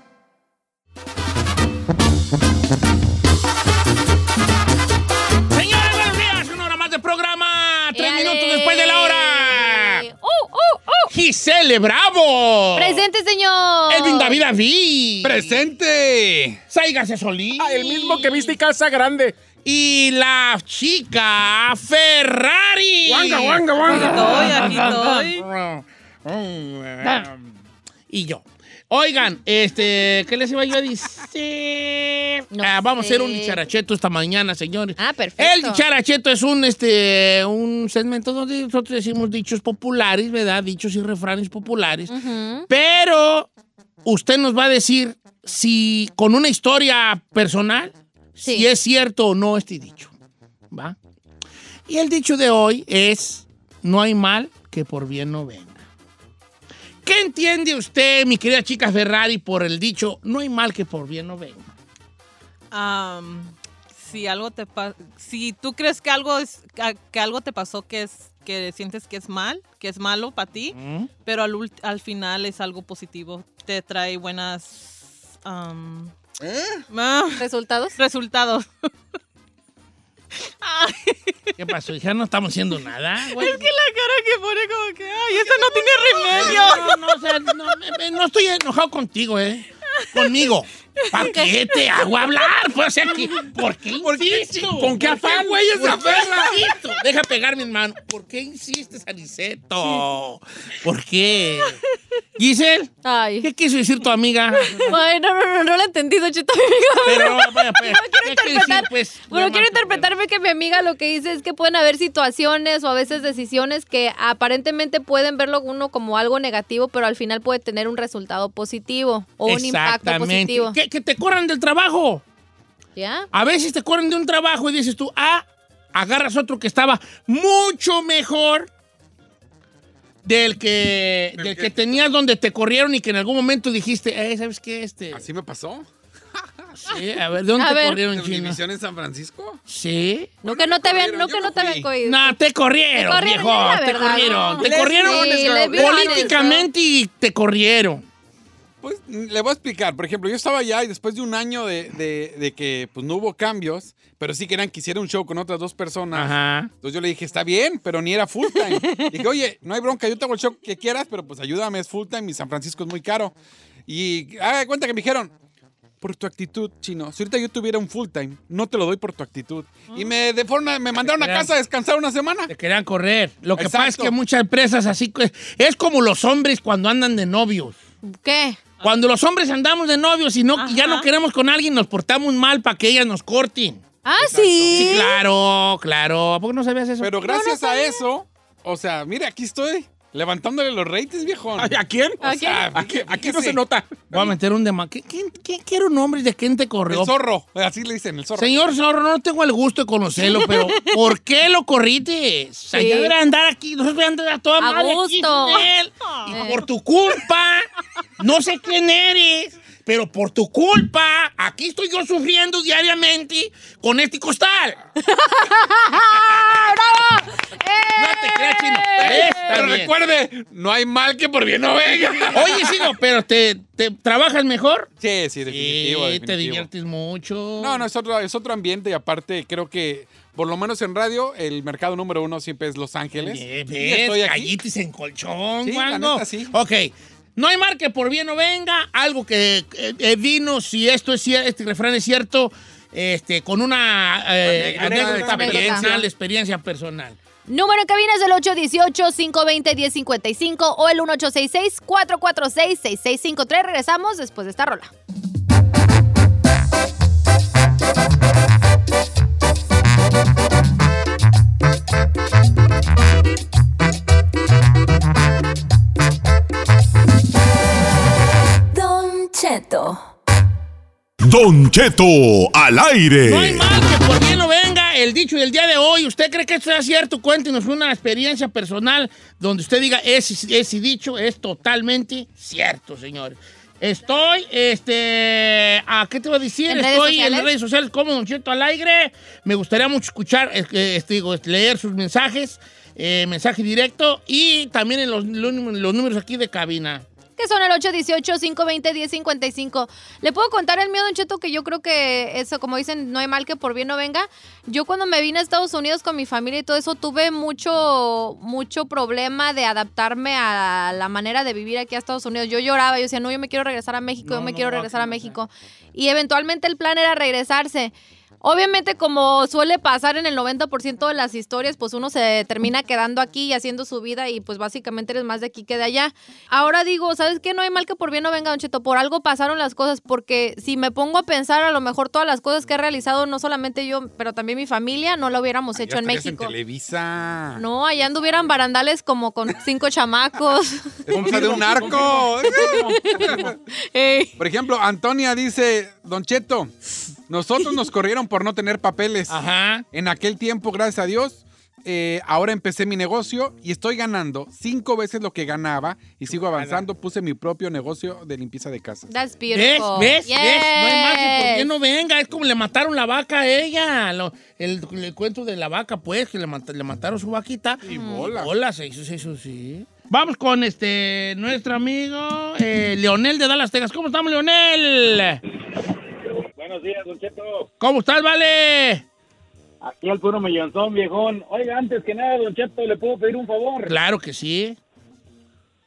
Speaker 2: Señores, buenos días. Una hora más de programa. Tres
Speaker 1: Éale.
Speaker 2: minutos después de la hora.
Speaker 1: ¡Oh, oh, oh!
Speaker 2: Gisele Bravo.
Speaker 1: ¡Presente, señor!
Speaker 2: Edwin David David.
Speaker 4: ¡Presente!
Speaker 2: Saigas Solís.
Speaker 3: Ah, el mismo que viste y calza grande.
Speaker 2: Y la chica Ferrari.
Speaker 3: Guanga, guanga,
Speaker 5: Aquí
Speaker 3: guanga.
Speaker 5: estoy, aquí estoy.
Speaker 2: Y yo. Oigan, este, ¿qué les iba yo a decir?
Speaker 1: No
Speaker 2: Ah, vamos a hacer un
Speaker 1: sé.
Speaker 2: dicharacheto esta mañana, señores.
Speaker 1: Ah, perfecto.
Speaker 2: El dicharacheto es un, este, un segmento donde nosotros decimos dichos populares, ¿verdad? Dichos y refranes populares.
Speaker 1: Ujú.
Speaker 2: Pero usted nos va a decir si con una historia personal,
Speaker 1: Sí.
Speaker 2: si es cierto o no este dicho. ¿Va? Y el dicho de hoy es, no hay mal que por bien no venga. ¿Qué entiende usted, mi querida chica Ferrari, por el dicho, no hay mal que por bien no venga?
Speaker 5: Am, si algo te pa- si tú crees que algo es a- que algo te pasó que es que sientes que es mal, que es malo para ti,
Speaker 2: ¿Mm?
Speaker 5: pero al, ult- al final es algo positivo, te trae buenas am, ah,
Speaker 1: ¿Resultados?
Speaker 5: resultados. Ay,
Speaker 2: ¿Qué pasó? Ya no estamos haciendo nada. güey.
Speaker 5: es que la cara que pone como que ay, esto no tiene remedio.
Speaker 2: No, no, o sea, no, me- me- no estoy enojado contigo, ¿eh? Conmigo. ¿Pa qué te hago hablar? Pues, o sea, que, ¿por qué
Speaker 3: ¿Por qué?
Speaker 2: insisto?
Speaker 3: ¿Con qué afán?
Speaker 2: güey, esa
Speaker 3: ¿Por qué
Speaker 2: perra? Insisto. Deja pegar mi hermano. ¿Por qué insistes, Aniceto? ¿Por qué? Giselle,
Speaker 1: Ay.
Speaker 2: ¿qué quiso decir tu amiga?
Speaker 1: Ay, no, no, no, no lo entendí, Don Cheto, mi amiga.
Speaker 2: Pero, vaya, pues,
Speaker 1: No quiero
Speaker 2: ¿qué quiere decir,
Speaker 1: interpretar.
Speaker 2: pues,
Speaker 1: Bueno,
Speaker 2: mi
Speaker 1: quiero
Speaker 2: hermano?
Speaker 1: interpretarme que mi amiga lo que dice es que pueden haber situaciones o a veces decisiones que aparentemente pueden verlo uno como algo negativo, pero al final puede tener un resultado positivo o un impacto
Speaker 2: Exactamente.
Speaker 1: positivo.
Speaker 2: Que, que te corran del trabajo.
Speaker 1: ¿Ya?
Speaker 2: A veces te corren de un trabajo y dices tú, ah, agarras otro que estaba mucho mejor del que, del que tenías donde te corrieron y que en algún momento dijiste, eh, ¿sabes qué? Este,
Speaker 4: ¿Así me pasó?
Speaker 2: sí, a ver, ¿de dónde
Speaker 1: A
Speaker 2: te
Speaker 1: ver.
Speaker 2: corrieron,
Speaker 4: ¿De
Speaker 2: Chino?
Speaker 4: Univisión en San Francisco?
Speaker 2: Sí.
Speaker 1: No que no te
Speaker 4: corrieron,
Speaker 1: habían, no
Speaker 4: yo
Speaker 1: que
Speaker 4: me
Speaker 1: no te habían
Speaker 4: fui.
Speaker 1: cogido.
Speaker 2: No, te corrieron,
Speaker 1: Te corrieron,
Speaker 2: viejo.
Speaker 1: la
Speaker 2: Te
Speaker 1: verdad,
Speaker 2: corrieron.
Speaker 1: no.
Speaker 2: Te
Speaker 4: Let's
Speaker 2: corrieron
Speaker 4: be honest, girl.
Speaker 1: let's be honest,
Speaker 2: políticamente y te corrieron.
Speaker 4: Pues mm, le voy a explicar. Por ejemplo, yo estaba allá y después de un año de, de- de que pues, no hubo cambios, pero sí querían que hiciera un show con otras dos personas.
Speaker 2: Ajá.
Speaker 4: Entonces yo le dije, está bien, pero ni era full time. dije, oye, no hay bronca, yo te hago el show que quieras, pero pues ayúdame, es full time y San Francisco es muy caro. Y haga de cuenta que me dijeron, por tu actitud, chino, si ahorita yo tuviera un full time, no te lo doy por tu actitud. Y me, de forma, me mandaron a casa a descansar una semana.
Speaker 2: Te querían correr. Lo que pasa es
Speaker 4: Exacto.
Speaker 2: que muchas empresas así... que- Es como los hombres cuando andan de novios.
Speaker 1: ¿Qué?
Speaker 2: Cuando los hombres andamos de novios y no, y ya
Speaker 5: Ajá.
Speaker 2: no queremos con alguien, nos portamos mal para que ellas nos corten.
Speaker 1: Ah, sí.
Speaker 2: Sí, claro, claro. ¿A poco no sabías eso?
Speaker 4: Pero gracias a eso, o sea, mira, aquí estoy, levantándole los ratings, viejón.
Speaker 3: Ay, ¿A quién?
Speaker 4: O sea,
Speaker 3: ah, Aquí,
Speaker 4: fíjate,
Speaker 3: aquí no se
Speaker 4: fíjese.
Speaker 3: nota.
Speaker 2: Voy a meter un demás. ¿Qué, qué, qué- qué era un hombre de quién te corrió?
Speaker 4: El zorro, así le dicen, el zorro.
Speaker 2: Señor Zorro, no tengo el gusto de conocerlo, pero ¿por qué lo corriste? O sea,
Speaker 1: Sí.
Speaker 2: ya debería andar aquí, nosotros ya andar a toda
Speaker 1: A
Speaker 2: madre aquí
Speaker 1: gusto.
Speaker 2: sin él. Y por tu culpa, no sé quién eres, pero por tu culpa, aquí estoy yo sufriendo diariamente con este costal. No te creas, chino. Eh,
Speaker 4: Pero
Speaker 2: también.
Speaker 4: recuerde, no hay mal que por bien no venga.
Speaker 2: Oye, Sino, pero te, te trabajas mejor.
Speaker 4: Sí, sí, definitivo,
Speaker 2: Sí, te
Speaker 4: definitivo.
Speaker 2: diviertes mucho.
Speaker 4: No, no, es otro, es otro ambiente y aparte creo que, por lo menos en radio, el mercado número uno siempre es Los Ángeles.
Speaker 2: Bien,
Speaker 4: Y
Speaker 2: ¿Ves?
Speaker 4: estoy aquí.
Speaker 2: Callitis en colchón,
Speaker 4: Sí, la
Speaker 2: Wango.
Speaker 4: neta, sí.
Speaker 2: Ok. No hay mar que por bien no venga. Algo que eh, eh, vino, si esto es cier- este refrán es cierto, este, con una eh,
Speaker 4: Anécdota,
Speaker 2: anécdota
Speaker 1: anécdota.
Speaker 2: personal, experiencia personal.
Speaker 1: Número en cabina es el 818-520-1055 o el 1866-446-6653. Regresamos después de esta rola.
Speaker 6: Don Cheto.
Speaker 7: Don Cheto al aire.
Speaker 2: No hay mal que por bien no venga. El dicho del día de hoy, ¿usted cree que esto sea cierto? Cuéntenos una experiencia personal donde usted diga, ese, ese dicho es totalmente cierto, señores. Estoy, este, ¿a qué te voy a decir?
Speaker 1: ¿En redes
Speaker 2: Estoy
Speaker 1: sociales?
Speaker 2: en redes sociales como Don Cheto al aire. Me gustaría mucho escuchar, eh, eh, este, digo, este, leer sus mensajes, eh, mensaje directo y también en los, los números- los números aquí de cabina.
Speaker 1: Que son el 818-520-1055. Le puedo contar el mío, Don Cheto, que yo creo que eso, como dicen, no hay mal que por bien no venga. Yo cuando me vine a Estados Unidos con mi familia y todo eso, tuve mucho, mucho problema de adaptarme a la manera de vivir aquí a Estados Unidos. Yo lloraba, yo decía, no, yo me quiero regresar a México, yo
Speaker 2: No,
Speaker 1: me
Speaker 2: no,
Speaker 1: quiero
Speaker 2: aquí
Speaker 1: regresar a
Speaker 2: no sé.
Speaker 1: México. Y eventualmente el plan era regresarse. Obviamente, como suele pasar en el 90% de las historias, pues uno se termina quedando aquí y haciendo su vida y pues básicamente eres más de aquí que de allá. Ahora digo, ¿sabes qué? No hay mal que por bien no venga, Don Cheto. Por algo pasaron las cosas, porque si me pongo a pensar, a lo mejor todas las cosas que he realizado, no solamente yo, pero también mi familia, no lo hubiéramos
Speaker 4: Ya
Speaker 1: hecho en
Speaker 4: estarías
Speaker 1: México.
Speaker 4: En Televisa.
Speaker 1: no, allá anduvieran barandales como con cinco chamacos.
Speaker 4: Esposa de un narco.
Speaker 1: Ey.
Speaker 4: Por ejemplo, Antonia dice, Don Cheto, nosotros nos corrieron por no tener papeles.
Speaker 2: Ajá.
Speaker 4: En aquel tiempo, gracias a Dios, eh, ahora empecé mi negocio y estoy ganando cinco veces lo que ganaba y sigo avanzando. Puse mi propio negocio de limpieza de casas.
Speaker 1: That's
Speaker 2: ¿Ves?
Speaker 1: beautiful.
Speaker 2: ¿Ves? ¿Ves? No hay más. ¿y ¿Por qué
Speaker 1: Yes.
Speaker 2: no venga? Es como le mataron la vaca a ella. Lo- el, el cuento de la vaca, pues, que le, mat- le mataron su vaquita.
Speaker 4: Y bola.
Speaker 2: Hola, se hizo, se hizo, sí. Vamos con este, nuestro amigo eh, Leonel de Dallas, Texas. ¿Cómo estamos, Leonel?
Speaker 8: Buenos días, Don Cheto.
Speaker 2: ¿Cómo estás, vale?
Speaker 8: Aquí el puro millonzón, viejón. Oiga, antes que nada, Don Cheto, ¿le puedo pedir un favor?
Speaker 2: Claro que sí.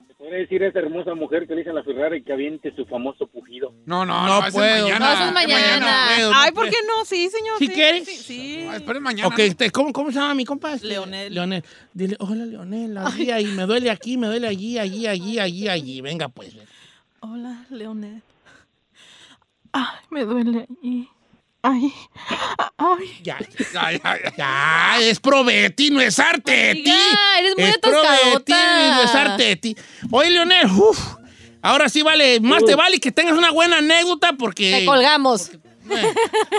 Speaker 8: ¿Le podría decir a esa hermosa mujer que elige la Ferrari que aviente su famoso pujido?
Speaker 4: No, no,
Speaker 2: No
Speaker 4: no, ese
Speaker 2: puedo.
Speaker 4: es mañana.
Speaker 1: No, ese es mañana.
Speaker 2: puedo, no
Speaker 5: Ay, ¿por
Speaker 2: puedo.
Speaker 5: qué no? Sí, señor.
Speaker 2: ¿Sí quieres?
Speaker 5: Sí. sí.
Speaker 4: No, Ah, espera, es mañana.
Speaker 2: Ok, este, ¿cómo, ¿cómo se llama mi compa? Este,
Speaker 5: Leonel.
Speaker 2: Leonel. Dile, hola, Leonel, ahí, ahí, me duele aquí, me duele allí, allí, allí, allí, allí. Venga, pues.
Speaker 5: Hola, Leonel. Ay, me duele. ahí. Ay, ay.
Speaker 2: Ya,
Speaker 4: Ya, ya, ya.
Speaker 2: ya, es probeti, no es arteti.
Speaker 1: Oiga, eres muy
Speaker 2: es probeti,
Speaker 1: atascadota.
Speaker 2: no es arteti. Oye, Leonel, uf, ahora sí vale, más te vale que tengas una buena anécdota porque...
Speaker 1: Te colgamos.
Speaker 2: Eh,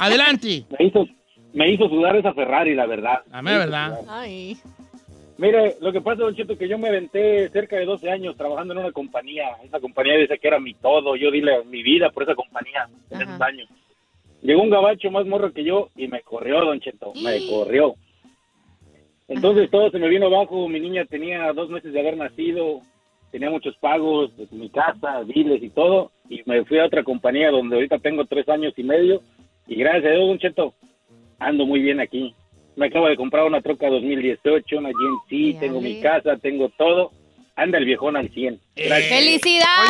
Speaker 2: adelante.
Speaker 8: Me hizo, me hizo sudar esa Ferrari, la verdad.
Speaker 2: A mí, ¿verdad?
Speaker 1: Ay.
Speaker 8: Mire, lo que pasa, Don Cheto, que yo me aventé cerca de 12 años trabajando en una compañía. Esa compañía dice que era mi todo. Yo di la- mi vida por esa compañía en
Speaker 1: Ajá.
Speaker 8: esos años. Llegó un gabacho más morro que yo y me corrió, Don Cheto. Me corrió. Entonces todo se me vino abajo. Mi niña tenía dos meses de haber nacido. Tenía muchos pagos, de mi casa, biles y todo. Y me fui a otra compañía donde ahorita tengo tres años y medio. Y gracias a Dios, Don Cheto, ando muy bien aquí. Me acabo de comprar una troca 2018, una GMC,
Speaker 1: Ya
Speaker 8: tengo mi
Speaker 1: ve.
Speaker 8: casa, tengo todo. Anda el viejón al 100. Gracias.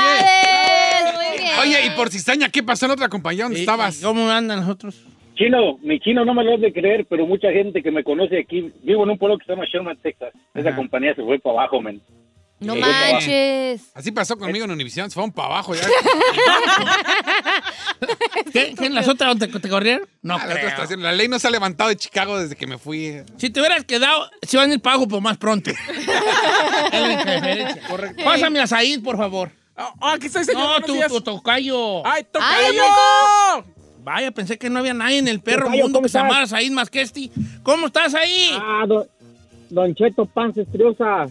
Speaker 1: ¡Felicidades! Muy bien.
Speaker 4: Oye, y por cizaña, ¿qué pasó en otra compañía donde
Speaker 2: ¿Y-
Speaker 4: estabas?
Speaker 2: y ¿Cómo andan nosotros?
Speaker 8: Chino, mi chino no me lo has de creer, pero mucha gente que me conoce aquí, vivo en un pueblo que se llama Sherman, Texas. Esa
Speaker 2: Ajá.
Speaker 8: compañía se fue para abajo, men.
Speaker 1: No
Speaker 4: Eh,
Speaker 1: manches.
Speaker 4: Así pasó
Speaker 2: Eh.
Speaker 4: conmigo en Univision, se fueron para abajo. Ya.
Speaker 2: ¿Qué? ¿Qué, ¿En las otras te, te corrieron? No,
Speaker 4: Ah, la, otra
Speaker 2: creo.
Speaker 4: estación. La ley no se ha levantado de Chicago desde que me fui.
Speaker 2: Si te hubieras quedado, se van el pago por más pronto. es la diferencia.
Speaker 4: Correcto.
Speaker 2: Pásame a Said, por favor.
Speaker 3: Ah, ah, aquí estoy, señor.
Speaker 2: No,
Speaker 3: buenos
Speaker 2: tu,
Speaker 3: días.
Speaker 2: tu tocayo.
Speaker 3: ¡Ay,
Speaker 1: Ay,
Speaker 3: tocayo!
Speaker 2: Vaya, pensé que no había nadie en el perro
Speaker 8: Tocayo,
Speaker 2: mundo
Speaker 8: ¿cómo
Speaker 2: que se
Speaker 8: estás?
Speaker 2: llamara Said más que este. ¿Cómo estás ahí?
Speaker 8: Ah, don, Cheto Panza Estriosa.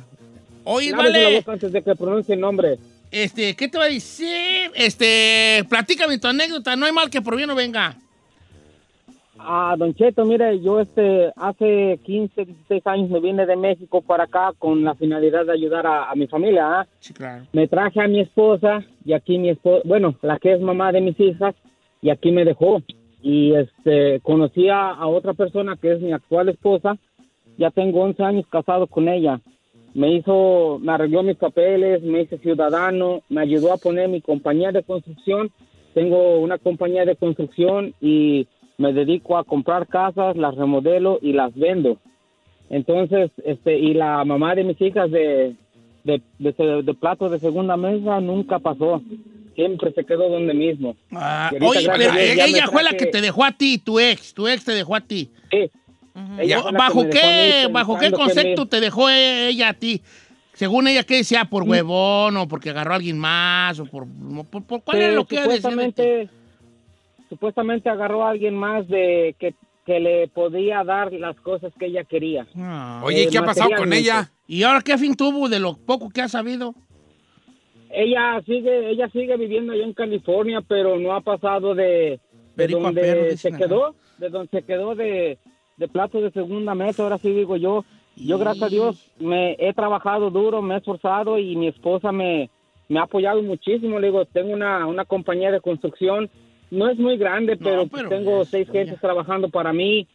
Speaker 2: Oye, vale.
Speaker 8: antes de que pronuncie el nombre.
Speaker 2: Este, ¿qué te va a decir? Este, platícame tu anécdota. No hay mal que por bien no venga.
Speaker 8: Ah, Don Cheto, mire, yo este hace 15, 16 años me vine de México para acá con la finalidad de ayudar a, a mi familia. ¿ah?
Speaker 2: Sí, claro.
Speaker 8: Me traje a mi esposa y aquí mi esposa, bueno, la que es mamá de mis hijas, y aquí me dejó. Y este conocí a, a otra persona que es mi actual esposa. Ya tengo 11 años casado con ella. Me hizo, me arregló mis papeles, me hice ciudadano, me ayudó a poner mi compañía de construcción tengo una compañía de construcción y me dedico a comprar casas, las remodelo y las vendo. Entonces, este, y la mamá de mis hijas de, de, de, se- de plato de segunda mesa nunca pasó. Siempre se quedó donde mismo.
Speaker 2: Ah,
Speaker 8: Y ahorita
Speaker 2: oye,
Speaker 8: gracias
Speaker 2: pero
Speaker 8: a Dios ya
Speaker 2: ella
Speaker 8: me
Speaker 2: fue la
Speaker 8: traje-
Speaker 2: que te dejó a ti, tu ex. Tu ex te dejó a ti.
Speaker 8: Sí. Ella fue la que
Speaker 2: ¿Bajo
Speaker 8: me dejó a mí
Speaker 2: qué, bajo qué
Speaker 8: pensando que
Speaker 2: concepto
Speaker 8: me-
Speaker 2: te dejó e- ella a ti? Según ella, ¿qué decía? ¿Por
Speaker 8: Mm.
Speaker 2: huevón o porque agarró a alguien más? o por, por- por- ¿Cuál era
Speaker 8: Pero
Speaker 2: lo que ella decía de ti?
Speaker 8: supuestamente, supuestamente agarró a alguien más de que, que le podía dar las cosas que ella quería.
Speaker 2: Ah.
Speaker 4: Oye, ¿y ¿qué ha pasado con ella?
Speaker 2: ¿Y ahora qué fin tuvo de lo poco que has sabido?
Speaker 8: Ella sigue, ella sigue viviendo allá en California, pero no ha pasado de, de
Speaker 2: Perico a
Speaker 8: donde
Speaker 2: perro,
Speaker 8: se
Speaker 2: dicen acá.
Speaker 8: quedó, de donde se quedó de, de plato de segunda mesa, ahora sí digo yo. Yo,
Speaker 2: Y-
Speaker 8: gracias a Dios, me he trabajado duro, me he esforzado y mi esposa me, me ha apoyado muchísimo. Le digo, tengo una, una compañía de construcción, no es muy grande,
Speaker 2: No,
Speaker 8: pero,
Speaker 2: pero
Speaker 8: tengo
Speaker 2: es
Speaker 8: seis
Speaker 2: tuya.
Speaker 8: gentes trabajando para mí.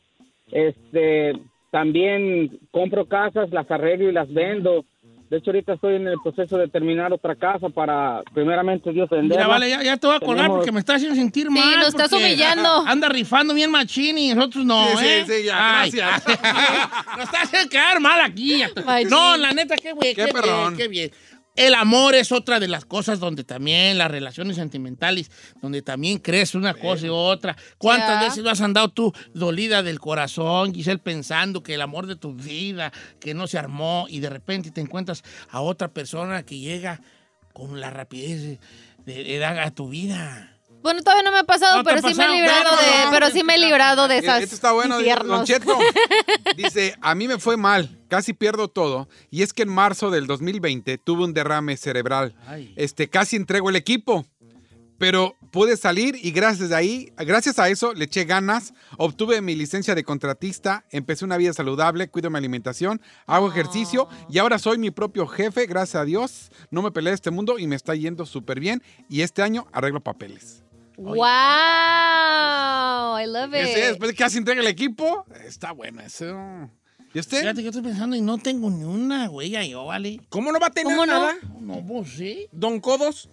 Speaker 8: Este, también compro casas, las arreglo y las vendo. De hecho, ahorita estoy en el proceso de terminar otra casa para, primeramente, Dios venderla.
Speaker 2: Mira, vale, ya, ya te voy a colgar
Speaker 8: Tenemos-
Speaker 2: porque me está haciendo sentir mal.
Speaker 1: nos estás
Speaker 2: porque
Speaker 1: humillando.
Speaker 2: Anda rifando bien machín y nosotros no,
Speaker 4: Sí, sí,
Speaker 2: ¿eh?
Speaker 4: sí, ya,
Speaker 2: Ay,
Speaker 4: gracias.
Speaker 2: nos está haciendo quedar mal aquí.
Speaker 1: Machín.
Speaker 2: No, la neta, qué güey,
Speaker 4: Qué
Speaker 2: qué, bien,
Speaker 4: perrón.
Speaker 2: qué bien. El amor es otra de las cosas donde también las relaciones sentimentales, donde también crees una cosa y otra. ¿Cuántas
Speaker 1: Ya.
Speaker 2: veces no has andado tú dolida del corazón, Giselle, pensando que el amor de tu vida, que no se armó y de repente te encuentras a otra persona que llega con la rapidez de, de- de- a tu vida?
Speaker 1: Bueno, todavía no me ha pasado,
Speaker 2: No te
Speaker 1: pero
Speaker 2: ha
Speaker 1: sí me he
Speaker 2: pasado.
Speaker 1: librado
Speaker 2: No,
Speaker 1: de,
Speaker 2: no,
Speaker 1: pero sí me he librado de esas.
Speaker 4: Esto Este está bueno, dice,
Speaker 1: infiernos.
Speaker 4: Don Cheto. Dice, a mí me fue mal, casi pierdo todo. Y es que en marzo del 2020 tuve un derrame cerebral.
Speaker 2: Ay.
Speaker 3: Eh,
Speaker 4: Este, casi entrego el equipo. Pero pude salir y gracias a ahí, gracias a eso le eché ganas, obtuve mi licencia de contratista, empecé una vida saludable, cuido mi alimentación, hago ejercicio y ahora soy mi propio jefe, gracias a Dios. No me peleé de este mundo y me está yendo súper bien y este año arreglo papeles.
Speaker 1: Wow, I love
Speaker 4: Ese,
Speaker 1: it.
Speaker 4: después de que pues, casi entrega el equipo, está bueno eso. ¿Y usted?
Speaker 2: Fíjate, yo estoy pensando y no tengo ni una, güey, ay, yo, vale.
Speaker 3: ¿Cómo no va a tener
Speaker 1: ¿Cómo no?
Speaker 3: nada?
Speaker 2: No, vos sí.
Speaker 3: Don Codos.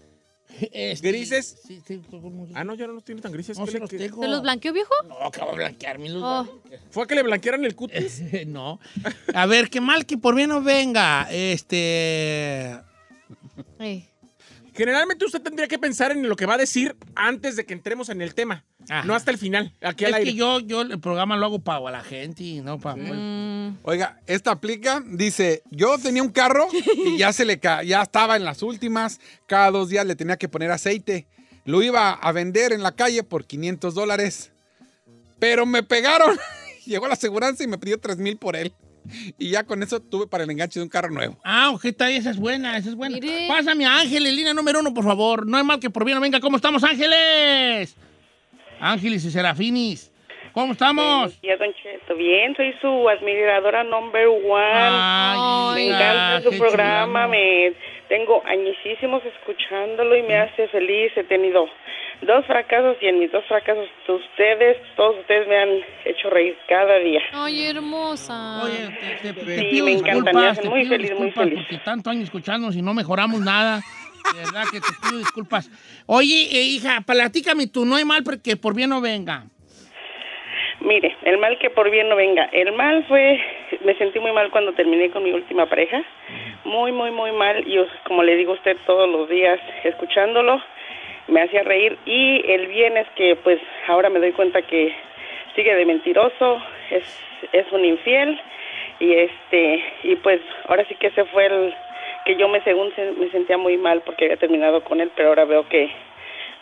Speaker 2: Este,
Speaker 3: ¿Grises?
Speaker 2: Sí, sí, tengo muchos.
Speaker 3: Ah, no, ya no los tiene tan grises.
Speaker 2: No,
Speaker 3: ¿Qué
Speaker 2: sí
Speaker 3: le-
Speaker 2: los
Speaker 3: qué-
Speaker 2: tengo.
Speaker 1: ¿Te los blanqueó, viejo?
Speaker 2: No, acabo de blanquearme los
Speaker 1: Oh.
Speaker 3: ¿Fue a que le blanquearan el cutis?
Speaker 2: Eh, no. A ver, qué mal que por bien no venga. Este.
Speaker 1: Ey.
Speaker 3: Generalmente usted tendría que pensar en lo que va a decir antes de que entremos en el tema.
Speaker 2: Ajá.
Speaker 3: No hasta el final. Aquí al
Speaker 2: es
Speaker 3: aire.
Speaker 2: que yo, yo el programa lo hago para la gente y no para.
Speaker 1: Mm.
Speaker 4: Oiga, esta aplica, dice, yo tenía un carro y ya se le ca- ya estaba en las últimas, cada dos días le tenía que poner aceite. Lo iba a vender en la calle por 500 dólares, pero me pegaron. Llegó la aseguranza y me pidió 3 mil por él. Y ya con eso tuve para el enganche de un carro nuevo.
Speaker 2: Ah, ok, está ahí, esa es buena, esa es buena.
Speaker 1: Mire.
Speaker 2: Pásame a Ángeles, línea número uno, por favor. No es mal que por bien no venga. ¿Cómo estamos, Ángeles? Ángeles y Serafinis. ¿Cómo estamos?
Speaker 8: Ya, Don Cheto, bien, soy su admiradora number one. me
Speaker 2: hija,
Speaker 8: encanta
Speaker 2: Ah, qué
Speaker 8: su programa,
Speaker 2: chulada.
Speaker 8: me tengo añicísimos escuchándolo y
Speaker 2: Mm.
Speaker 8: me hace feliz. He tenido dos fracasos y en mis dos fracasos ustedes, todos ustedes me han hecho reír cada día.
Speaker 1: Ay, hermosa.
Speaker 2: Oye, te, te- te
Speaker 8: Sí,
Speaker 2: pido
Speaker 8: me encanta, me
Speaker 2: disculpas,
Speaker 8: hacen
Speaker 2: te
Speaker 8: muy
Speaker 2: pido
Speaker 8: feliz, muy
Speaker 2: disculpas
Speaker 8: feliz.
Speaker 2: porque tanto años escuchándonos y no mejoramos nada. De verdad que te pido disculpas. Oye, eh, hija, platícame tú, no hay mal porque por bien no venga.
Speaker 8: Mire, el mal que por bien no venga. El mal fue, me sentí muy mal cuando terminé con mi última pareja. Muy, muy, muy mal. Y como le digo a usted todos los días, escuchándolo, me hacía reír. Y el bien es que, pues, ahora me doy cuenta que sigue de mentiroso, es, es un infiel. Y este, y pues, ahora sí que ese fue el que yo me según se- me sentía muy mal porque había terminado con él, pero ahora veo que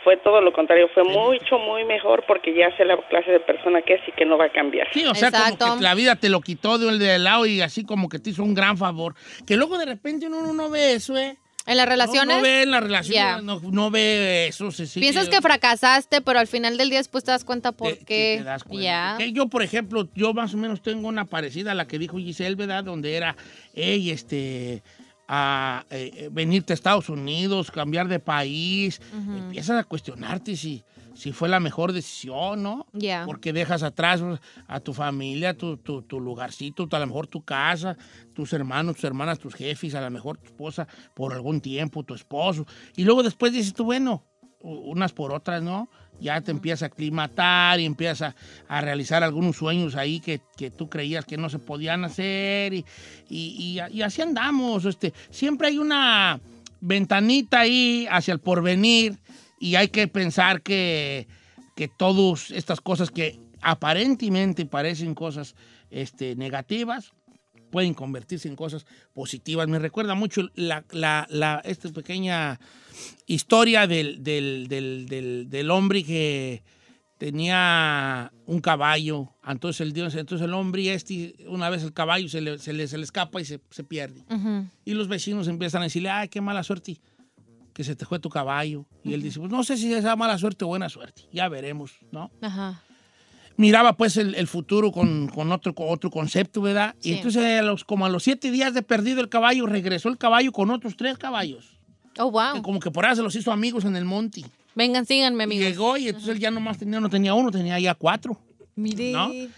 Speaker 8: fue todo lo contrario, fue mucho, muy mejor porque ya sé la clase de persona que es y que no va a cambiar.
Speaker 2: Sí, o sea, como
Speaker 1: Exacto.
Speaker 2: que la vida te lo quitó de, de lado y así como que te hizo un gran favor. Que luego de repente uno, uno no ve eso, ¿eh?
Speaker 1: ¿En las
Speaker 2: No,
Speaker 1: relaciones?
Speaker 2: no ve en la relación,
Speaker 1: Ya.
Speaker 2: no, no ve eso. Se sigue-
Speaker 1: Piensas que fracasaste, pero al final del día después te das cuenta por
Speaker 2: te- te-
Speaker 1: qué.
Speaker 2: te das cuenta.
Speaker 1: Ya.
Speaker 2: Que yo, por ejemplo, yo más o menos tengo una parecida a la que dijo Giselle, ¿verdad? Donde era, hey, este, a eh, eh, venirte a Estados Unidos, cambiar de país. Empiezas a cuestionarte si, si fue la mejor decisión, ¿no?
Speaker 1: Ya.
Speaker 2: Porque dejas atrás pues, a tu familia, tu, tu- tu lugarcito, a lo mejor tu casa, tus hermanos, tus hermanas, tus jefes, a lo mejor tu esposa por algún tiempo, tu esposo. Y luego después dices tú, bueno, u- unas por otras, ¿no? Ya te empiezas a aclimatar y empiezas a, a realizar algunos sueños ahí que, que tú creías que no se podían hacer y, y- y- y así andamos. Este, siempre hay una ventanita ahí hacia el porvenir y hay que pensar que, que todas estas cosas que aparentemente parecen cosas este, negativas pueden convertirse en cosas positivas. Me recuerda mucho la, la- la- esta pequeña historia del, del- del- del- del hombre que tenía un caballo. Entonces el, dios, entonces el hombre, este, una vez el caballo se le, se le- se le escapa y se, se pierde.
Speaker 1: Ujú.
Speaker 2: Y los vecinos empiezan a decirle, ay, qué mala suerte que se te fue tu caballo. Y él dice, pues no sé si es mala suerte o buena suerte, ya veremos, ¿no?
Speaker 1: Ajá.
Speaker 2: Miraba pues el, el futuro con, con otro, con otro concepto, ¿verdad? Y
Speaker 1: Sí.
Speaker 2: entonces a los, como a los siete días de perdido el caballo, regresó el caballo con otros tres caballos. Que
Speaker 1: Oh, wow.
Speaker 2: como que por ahí se los hizo amigos en el monte.
Speaker 1: Vengan, síganme,
Speaker 2: Y
Speaker 1: amigos.
Speaker 2: llegó y entonces él ya nomás tenía, no tenía uno, tenía ya cuatro.
Speaker 1: Mire.
Speaker 2: ¿no? Y,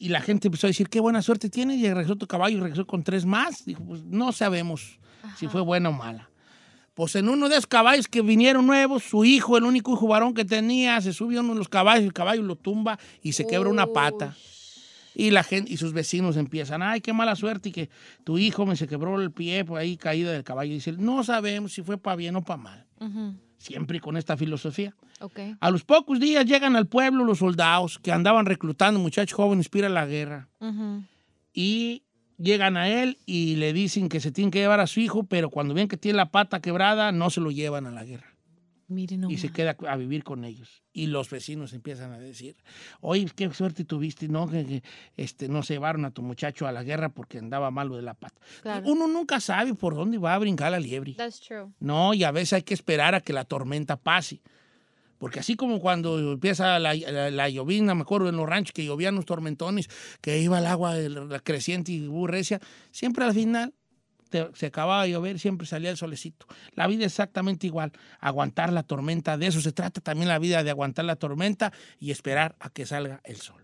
Speaker 2: y la gente empezó a decir, qué buena suerte tiene, y regresó tu caballo y regresó con tres más. Dijo, pues no sabemos si fue buena o mala. Pues en uno de esos caballos que vinieron nuevos, su hijo, el único hijo varón que tenía, se subió a uno de los caballos, el caballo lo tumba y se quebra una pata. Y la gente y sus vecinos empiezan, ay, qué mala suerte y que tu hijo me se quebró el pie por ahí caído del caballo. Y dice, no sabemos si fue para bien o para mal.
Speaker 1: Ujú.
Speaker 2: Siempre con esta filosofía.
Speaker 1: Ok.
Speaker 2: A los pocos días llegan al pueblo los soldados que andaban reclutando muchachos jóvenes para ir a la guerra.
Speaker 1: Ujú.
Speaker 2: Y llegan a él y le dicen que se tienen que llevar a su hijo, pero cuando ven que tiene la pata quebrada, no se lo llevan a la guerra.
Speaker 5: Mire
Speaker 2: y se
Speaker 5: nomás.
Speaker 2: queda a vivir con ellos. Y los vecinos empiezan a decir, oye, qué suerte tuviste, ¿no? Que, que, este, no se llevaron a tu muchacho a la guerra porque andaba malo de la pata.
Speaker 1: Claro.
Speaker 2: Uno nunca sabe por dónde va a brincar la liebre.
Speaker 1: That's true.
Speaker 2: No, y a veces hay que esperar a que la tormenta pase. Porque así como cuando empieza la, la- la llovizna, me acuerdo en los ranchos que llovían los tormentones, que iba el agua el- la creciente y burrecia, siempre al final te- se acababa de llover, siempre salía el solecito. La vida es exactamente igual, aguantar la tormenta, de eso se trata también la vida, de aguantar la tormenta y esperar a que salga el sol.